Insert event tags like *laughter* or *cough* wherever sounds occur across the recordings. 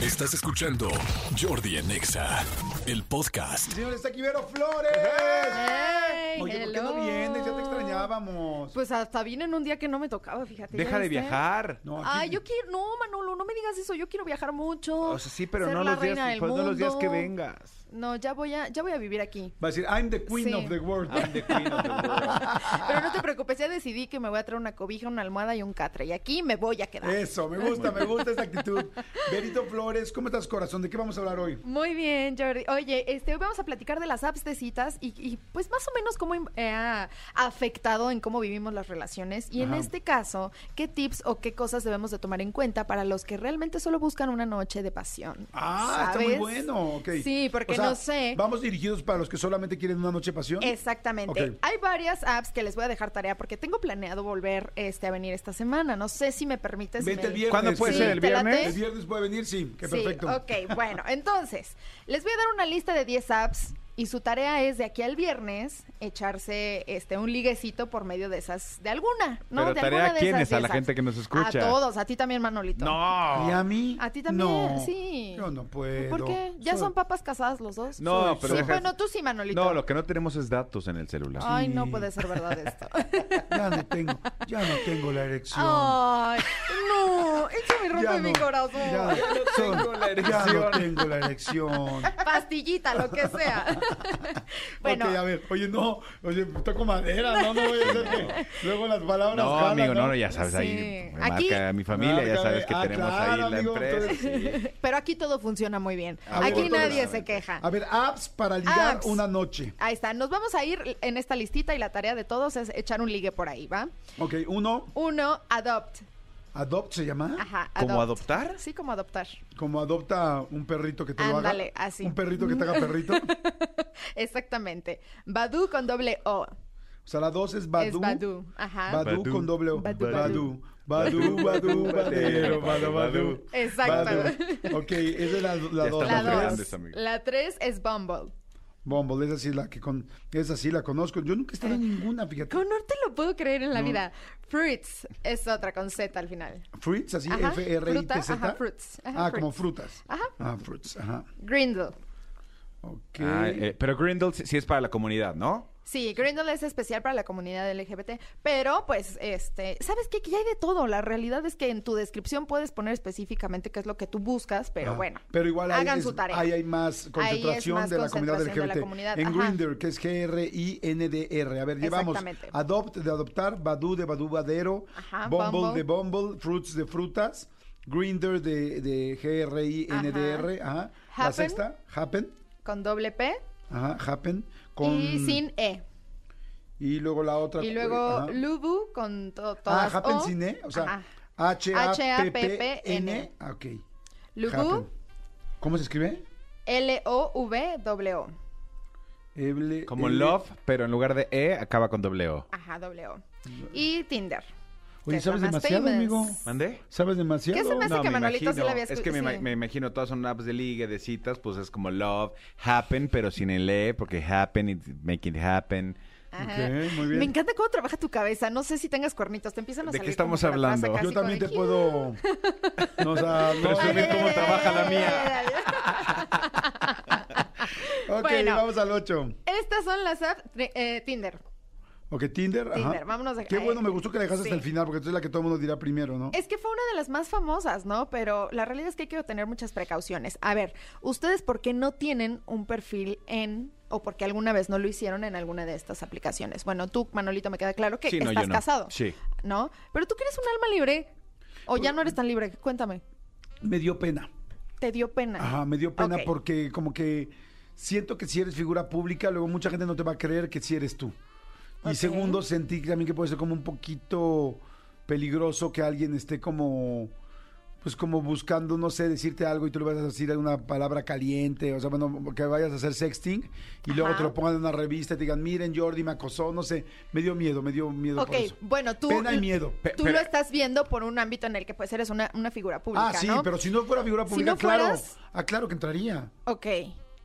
Estás escuchando Jordi en Exa, el podcast. Señor, está aquí Vero Flores. Oye, Hey, ¿por qué hello. no vienes? Ya te extrañábamos. Pues hasta vine en un día que no me tocaba, fíjate. ¿ya Deja de viste? viajar. No, aquí- Ay, yo quiero, no, Manolo, no me digas eso, yo quiero viajar mucho. O sea, sí, pero ser no la los, días, reina del pues, no los días que mundo. vengas. No, ya voy a, ya voy a vivir aquí. Va a decir, I'm the queen Sí. of the world. Pero no te preocupes, ya decidí que me voy a traer una cobija, una almohada y un catre. Y aquí me voy a quedar. *laughs* Eso, me gusta, me gusta esta actitud. Verito Flores, ¿cómo estás, corazón? ¿De qué vamos a hablar hoy? Muy bien, Jordi. Oye, este, hoy vamos a platicar de las apps de citas y, y, pues más o menos cómo eh, ha afectado en cómo vivimos las relaciones y en Ajá. este caso, qué tips o qué cosas debemos de tomar en cuenta para los que realmente solo buscan una noche de pasión. Ah, está muy ¿sabes? bueno. ok. Sí, porque O sea, no sé. Vamos dirigidos para los que solamente quieren una noche de pasión. Exactamente. Ok. Hay varias apps que les voy a dejar tarea porque tengo planeado volver este, a venir esta semana. No sé si me permites. Vente me- el viernes. ¿Cuándo puede Sí, ser? ¿El ¿te late? El viernes? viernes puede venir, sí, que sí, perfecto. ok, bueno, entonces, les voy a dar una lista de 10 apps y su tarea es de aquí al viernes echarse este un liguecito por medio de esas, de alguna, ¿no? Pero de tarea, alguna de ¿a quiénes? esas ¿A 10 la apps. gente que nos escucha? A todos, a ti también, Manolito. No. ¿Y a mí? A ti también, No, sí. Yo no puedo. ¿Por qué? ¿Ya Soy- son papas casadas los dos? No, Sí, pero. sí, deja- bueno, tú sí, Manolito. No, lo que no tenemos es datos en el celular. Ay, no Sí. puede ser verdad *laughs* esto. Ya no tengo, ya no tengo la erección. Ay, no, eso me rompe Ya mi no, corazón. ya no tengo la Ya no erección. tengo la *laughs* erección. Pastillita, lo que sea. bueno, *laughs* Ok, a ver, oye, no, oye, toco madera, no, no voy a hacer que luego las palabras. No, jalan, amigo, no, no, ya sabes, ahí Sí. me Aquí- marca mi familia, ya Márcame. sabes que Ah, tenemos ahí claro, la amigo, empresa. entonces- sí. pero aquí todo funciona muy bien. Ah, aquí bueno, nadie se totalmente. queja. A ver, apps para ligar Ah. Apps. una noche. Ahí está, nos vamos a ir en esta listita y la tarea de todos es echar un ligue por ahí, ¿va? Ok, uno, Uno, adopt. adopt se llama, Ajá, ¿Cómo adopt. adoptar? Sí, como adoptar. *laughs* como adopta un perrito que te lo haga. Ándale, así. Un perrito que te *laughs* haga perrito. O Exactamente. Badu con doble O. sea, la dos es Badu. Es Badu. Ajá. Badu con doble O. Badu, Badu. Badu, Badu, Badero, Badu, Badu. Exacto. Badu. Ok, esa es la, la Ya dos. *laughs* La estamos dos. grandes, amigo. La tres es Bumble. Bumble, esa sí la que con, esa sí la conozco. Yo nunca he estado en ninguna, fíjate. Eh, Con no te lo puedo creer en la No. vida. Fruits es otra con Z al final. Fruits, así, Ajá, F R I T fruta, Z. ajá, fruits, ajá, ah, como frutas. Ajá. Ah, fruits, ajá. Grindle. Ok. Ah, eh, pero Grindel sí sí es para la comunidad, ¿no? Sí, Grindle es especial para la comunidad LGBT, pero pues, este, ¿sabes qué? Que ya hay de todo. La realidad es que en tu descripción puedes poner específicamente qué es lo que tú buscas, pero Ajá. bueno. Ah, Pero igual ahí, hagan es- su tarea. ahí hay más concentración más de la comunidad concentración de la LGBT. comunidad, en ajá. Grindr, que es G-R-I-N-D-R. A ver, llevamos Exactamente. Adopt de adoptar, Badu de Badu Badero, Ajá, Bumble, Bumble. de Bumble, Fruits de frutas, Grindr de, de G-R-I-N-D-R. Ajá. La Happen. sexta, Happen. Con doble P Ajá, Happen. Con, y sin E. y luego la otra. Y luego ajá. Lubu con todo. Ah, todas Happen O. sin E, o sea, Ajá. H-A-P-P-N. H-A-P-P-N. Ah, ok. Happen. Lubu, ¿Cómo se escribe? L-O-V-O. Eble- Como Eble- Love, pero en lugar de E acaba con doble O. Ajá, doble O. Y Tinder. Oye, que son sabes más demasiado, famous. amigo. ¿Mandé? ¿Sabes demasiado? ¿Qué se me hace que me Manolito sí la había Es que me, escu- ima- sí. me imagino todas son apps de ligue, de citas, pues es como love, happen, pero sin el E, porque happen y make it happen. Ajá. Ok, muy bien. Me encanta cómo trabaja tu cabeza. No sé si tengas cuernitos. Te empiezan a ¿De qué salir estamos como por atrás hablando? acá, Yo así como también de, te puedo... No, o *laughs* sea, no, Presumir no, no, cómo no. trabaja la mía. Ok, Bueno. vamos al 8. Estas son las apps de, eh, Tinder. Ok, Tinder. ajá. Tinder, vámonos de- Qué bueno, eh, me gustó que la dejaste sí. hasta el final, porque entonces es la que todo el mundo dirá primero, ¿no? Es que fue una de las más famosas, ¿no? Pero la realidad es que hay que tener muchas precauciones. A ver, ¿ustedes por qué no tienen un perfil en o porque alguna vez no lo hicieron en alguna de estas aplicaciones? Bueno, tú, Manolito, me queda claro que Sí, no, estás yo no. casado. Sí. ¿No? Pero tú que eres un alma libre o Pues, ya no eres tan libre. Cuéntame. Me dio pena. ¿Te dio pena? Ajá, me dio pena Ok. porque como que siento que si eres figura pública, luego mucha gente no te va a creer que si eres tú. Y Ok. segundo, sentí que también que puede ser como un poquito peligroso que alguien esté como, pues como buscando, no sé, decirte algo y tú le vas a decir una palabra caliente, o sea, bueno, que vayas a hacer sexting y luego Ajá. te lo pongan en una revista y te digan, miren, Jordi me acosó, no sé, me dio miedo, me dio miedo Ok, por eso. bueno, tú. Pena y miedo. Pe- tú pero- lo estás viendo por un ámbito en el que pues eres una, una figura pública, ah, sí, ¿no? pero si no fuera figura Si pública, no claro, fueras- ah, claro que entraría. Ok.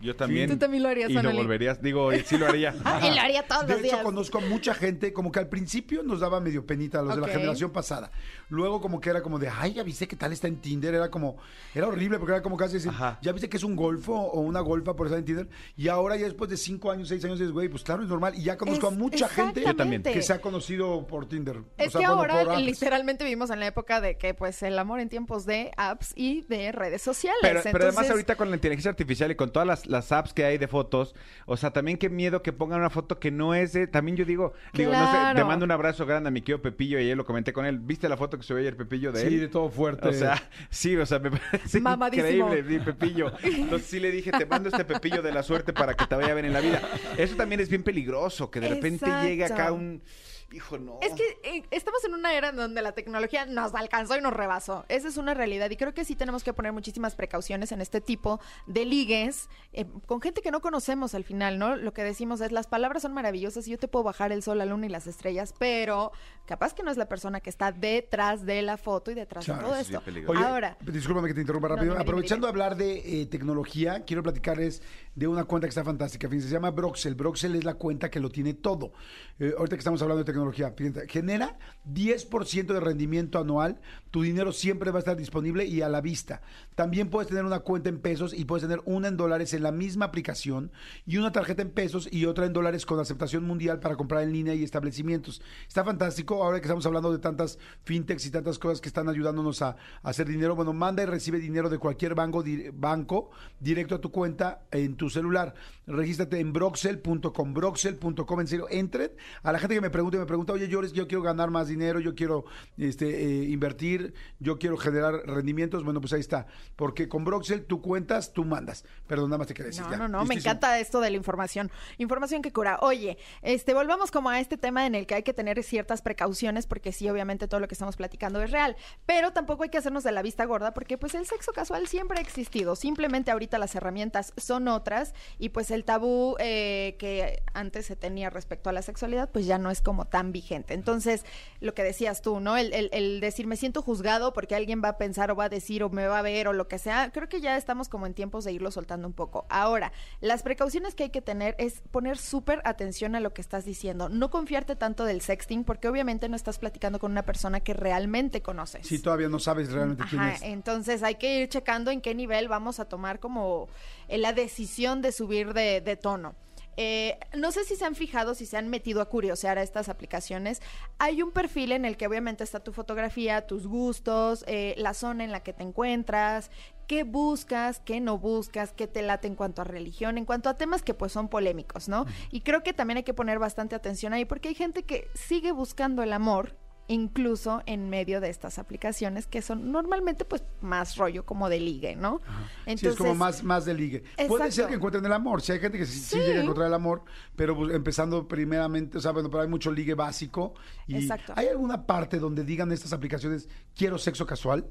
Yo también. Tú también lo harías, Y lo Anali. volverías. Digo, sí lo haría. *laughs* Ah, él lo haría todos De los hecho, días. conozco a mucha gente, como que al principio nos daba medio penita a los de Ok. la generación pasada. Luego, como que era como de, ay, ya viste que tal está en Tinder. Era como, era horrible porque era como casi decir, Ajá. ya viste que es un golfo o una golfa por estar en Tinder. Y ahora, ya después de cinco años, seis años, dices, güey, pues claro, es normal. Y ya conozco Es- a mucha gente Yo también. que se ha conocido por Tinder. O Es sea, que bueno, ahora por apps. literalmente vivimos en la época de que pues el amor en tiempos de apps y de redes sociales. *laughs* Pero, pero además Entonces, ahorita con la inteligencia artificial y con todas las, las apps que hay de fotos, o sea, también qué miedo que pongan una foto que no es de... También yo digo, digo, no sé, te Claro. mando un abrazo grande a mi querido Pepillo, ayer lo comenté con él. ¿Viste la foto que subió ayer Pepillo de él? Sí, de todo fuerte. O sea, *laughs* sí, o sea, me parece Mamadísimo. increíble, *laughs* mi Pepillo. Entonces sí le dije, te mando este Pepillo de la suerte para que te vaya bien en la vida. Eso también es bien peligroso, que de repente llegue Exacto. acá un... Hijo, no. Es que eh, estamos en una era en donde la tecnología nos alcanzó y nos rebasó. Esa es una realidad y creo que sí tenemos que poner muchísimas precauciones en este tipo de ligues eh, con gente que no conocemos al final, ¿no? Lo que decimos es, las palabras son maravillosas y yo te puedo bajar el sol, la luna y las estrellas, pero capaz que no es la persona que está detrás de la foto y detrás de Claro, todo eso sí esto. es peligroso. Oye, Ahora, discúlpame que te interrumpa No, rápido. dime, dime, Aprovechando dime. a hablar de eh, tecnología, quiero platicarles de una cuenta que está fantástica. Fíjense, se llama Broxel. Broxel es la cuenta que lo tiene todo. Eh, ahorita que estamos hablando de tecnología, fíjense, genera 10% de rendimiento anual. Tu dinero siempre va a estar disponible y a la vista. También puedes tener una cuenta en pesos y puedes tener una en dólares en la misma aplicación y una tarjeta en pesos y otra en dólares con aceptación mundial para comprar en línea y establecimientos. Está fantástico. Ahora que estamos hablando de tantas fintechs y tantas cosas que están ayudándonos a, a hacer dinero, bueno, manda y recibe dinero de cualquier banco, di- banco directo a tu cuenta en tu celular. Regístrate en broxel.com, broxel.com. En serio, entren. A la gente que me pregunta, y me pregunta, oye, Joris, yo quiero ganar más dinero, yo quiero este, eh, invertir, yo quiero generar rendimientos. Bueno, pues ahí está. Porque con Broxel tú cuentas, tú mandas. Perdón, nada más te quería decir. No, ya. no, no, me Listísimo. encanta esto de la información. Información que cura. Oye, este, volvamos como a este tema en el que hay que tener ciertas precauciones, porque sí, obviamente todo lo que estamos platicando es real, pero tampoco hay que hacernos de la vista gorda, porque pues el sexo casual siempre ha existido. Simplemente ahorita las herramientas son otras y pues el tabú eh, que antes se tenía respecto a la sexualidad, pues ya no es como tan vigente. Entonces, lo que decías tú, ¿no? El, el- el decir me siento juzgado porque alguien va a pensar o va a decir o me va a ver o lo que sea, creo que ya estamos como en tiempos de irlo soltando un poco. Ahora, las precauciones que hay que tener es poner súper atención a lo que estás diciendo, no confiarte tanto del sexting porque obviamente no estás platicando con una persona que realmente conoces. Si todavía no sabes realmente quién Ajá, es. entonces hay que ir checando en qué nivel vamos a tomar como eh, la decisión de subir de, de tono. Eh, no sé si se han fijado, si se han metido a curiosear a estas aplicaciones. Hay un perfil en el que obviamente está tu fotografía, tus gustos, eh, la zona en la que te encuentras, qué buscas, qué no buscas, qué te late en cuanto a religión, en cuanto a temas que pues son polémicos, ¿no? Y creo que también hay que poner bastante atención ahí porque hay gente que sigue buscando el amor incluso en medio de estas aplicaciones que son normalmente pues más rollo como de ligue, ¿no? Sí, es como más, más de ligue. Puede ser Exacto. que encuentren el amor. Sí, hay gente que sí, sí Sí. llega a encontrar el amor, pero pues, empezando primeramente, o sea, bueno, pero hay mucho ligue básico. Y Exacto. ¿Hay alguna parte donde digan estas aplicaciones, quiero sexo casual?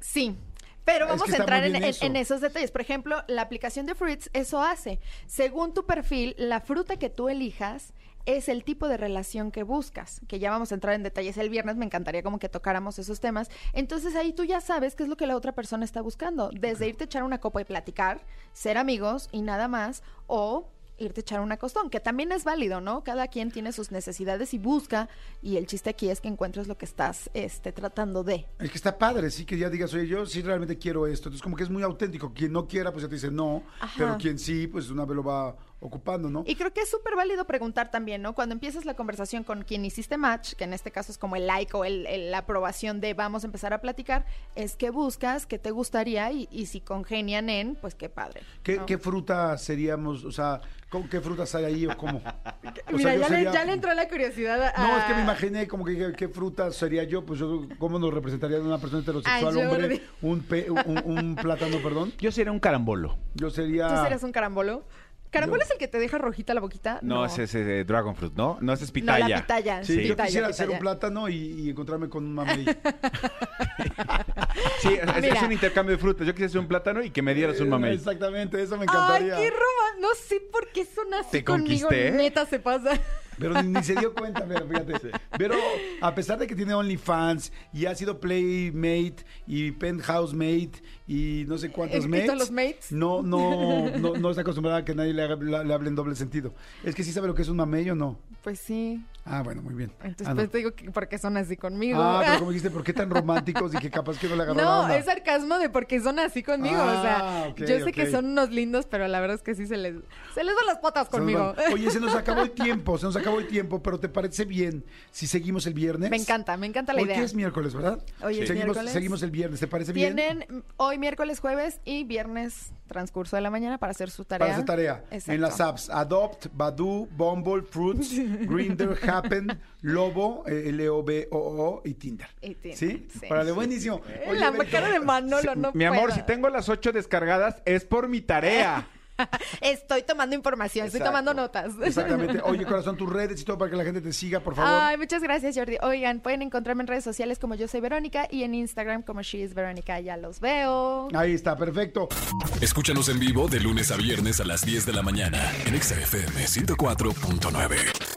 Sí. Es Pero que vamos a está entrar muy en, bien en- eso. en esos detalles. Por ejemplo, la aplicación de Fruits eso hace. Según tu perfil, la fruta que tú elijas es el tipo de relación que buscas, que ya vamos a entrar en detalles el viernes, me encantaría como que tocáramos esos temas. Entonces ahí tú ya sabes qué es lo que la otra persona está buscando, desde irte a echar una copa y platicar, ser amigos y nada más, o irte a echar un acostón, que también es válido, ¿no? Cada quien tiene sus necesidades y busca, y el chiste aquí es que encuentres lo que estás este, tratando de. Es que está padre, sí, que ya digas, oye, yo sí realmente quiero esto. Entonces, como que es muy auténtico. Quien no quiera, pues ya te dice no, Ajá. pero quien sí, pues una vez lo va ocupando, ¿no? Y creo que es súper válido preguntar también, ¿no? Cuando empiezas la conversación con quien hiciste match, que en este caso es como el like o el- el- la aprobación de vamos a empezar a platicar, es que buscas, que te gustaría y, y si congenian en, pues qué padre. ¿Qué, ¿no? qué fruta seríamos, o sea, ¿con qué frutas hay ahí o *laughs* cómo? O Mira, sea, yo ya, sería- le, ya le entró la curiosidad a... No, es que me imaginé como que dije, qué fruta sería yo, pues yo, ¿cómo nos representaría de una persona heterosexual, Ay, Jordi. hombre? Un, pe- un, un plátano, perdón. Yo sería un carambolo. Yo sería... ¿Tú serías un carambolo? ¿Carambolo Yo- es el que te deja rojita la boquita? No, ese es eh, Dragon Fruit, ¿no? No, ese es No, la pitaya. pitaya, Sí, yo pitaya. quisiera ser un pitaya. plátano y, y encontrarme con un mamey. *laughs* Sí, es- es, Mira. un intercambio de frutas. Yo quisiera ser un plátano y que me dieras Eh, un mamey. Exactamente, eso me Ay, encantaría. qué Roma. No sé por qué son así ¿Te conmigo. conquisté? Neta se pasa. *laughs* Pero ni, ni se dio cuenta, pero fíjate. Pero a pesar de que tiene OnlyFans y ha sido Playmate y Penthouse Mate y no sé cuántas ¿Has mates. visto los mates? No, no, no, *laughs* no está acostumbrada a que nadie le, haga- la- le hable en doble sentido. Es que sí sabe lo que es un mamey o no. Pues sí. Ah, bueno, muy bien. Entonces ah, no. pues, te digo que porque son así conmigo. Ah, pero como dijiste, ¿por qué tan románticos? Dije, capaz que no le agarró la no, onda. es sarcasmo de porque son así conmigo. o Ah, sea, ok, yo sé ok. que son unos lindos, pero la verdad es que sí se les, se les van las patas Se nos conmigo. va- Oye, se nos acabó el tiempo, se nos acabó el tiempo, pero ¿te parece bien si seguimos el viernes? *laughs* Me encanta, me encanta la Hoy idea. que es miércoles, ¿verdad? Hoy es seguimos, miércoles. Seguimos el viernes, ¿te parece bien? Tienen mm, hoy miércoles, jueves y viernes transcurso de la mañana para hacer su tarea. Para su tarea. Exacto. En las apps Adopt, Badoo, Bumble, *laughs* Fruits, Grinder, Happen, Lobo, eh, L-O-B-O-O y Tinder. Y Tinder, ¿Sí? sí. Órale, buenísimo. Eh, Oye, la Benito, cara de Manolo, *laughs* no Mi amor, puedo. si tengo las ocho descargadas, es por *laughs* mi tarea. Estoy tomando información, estoy Exacto. tomando notas. Exactamente. Oye, corazón, tus redes y todo para que la gente te siga, por favor. *laughs* Ay, muchas gracias, Jordi. Oigan, pueden encontrarme en redes sociales como yo soy Verónica y en Instagram como she is Verónica. Ya los veo. Ahí está, perfecto. Escúchanos en vivo de lunes a viernes a las 10 de la mañana en Exa FM 104.9.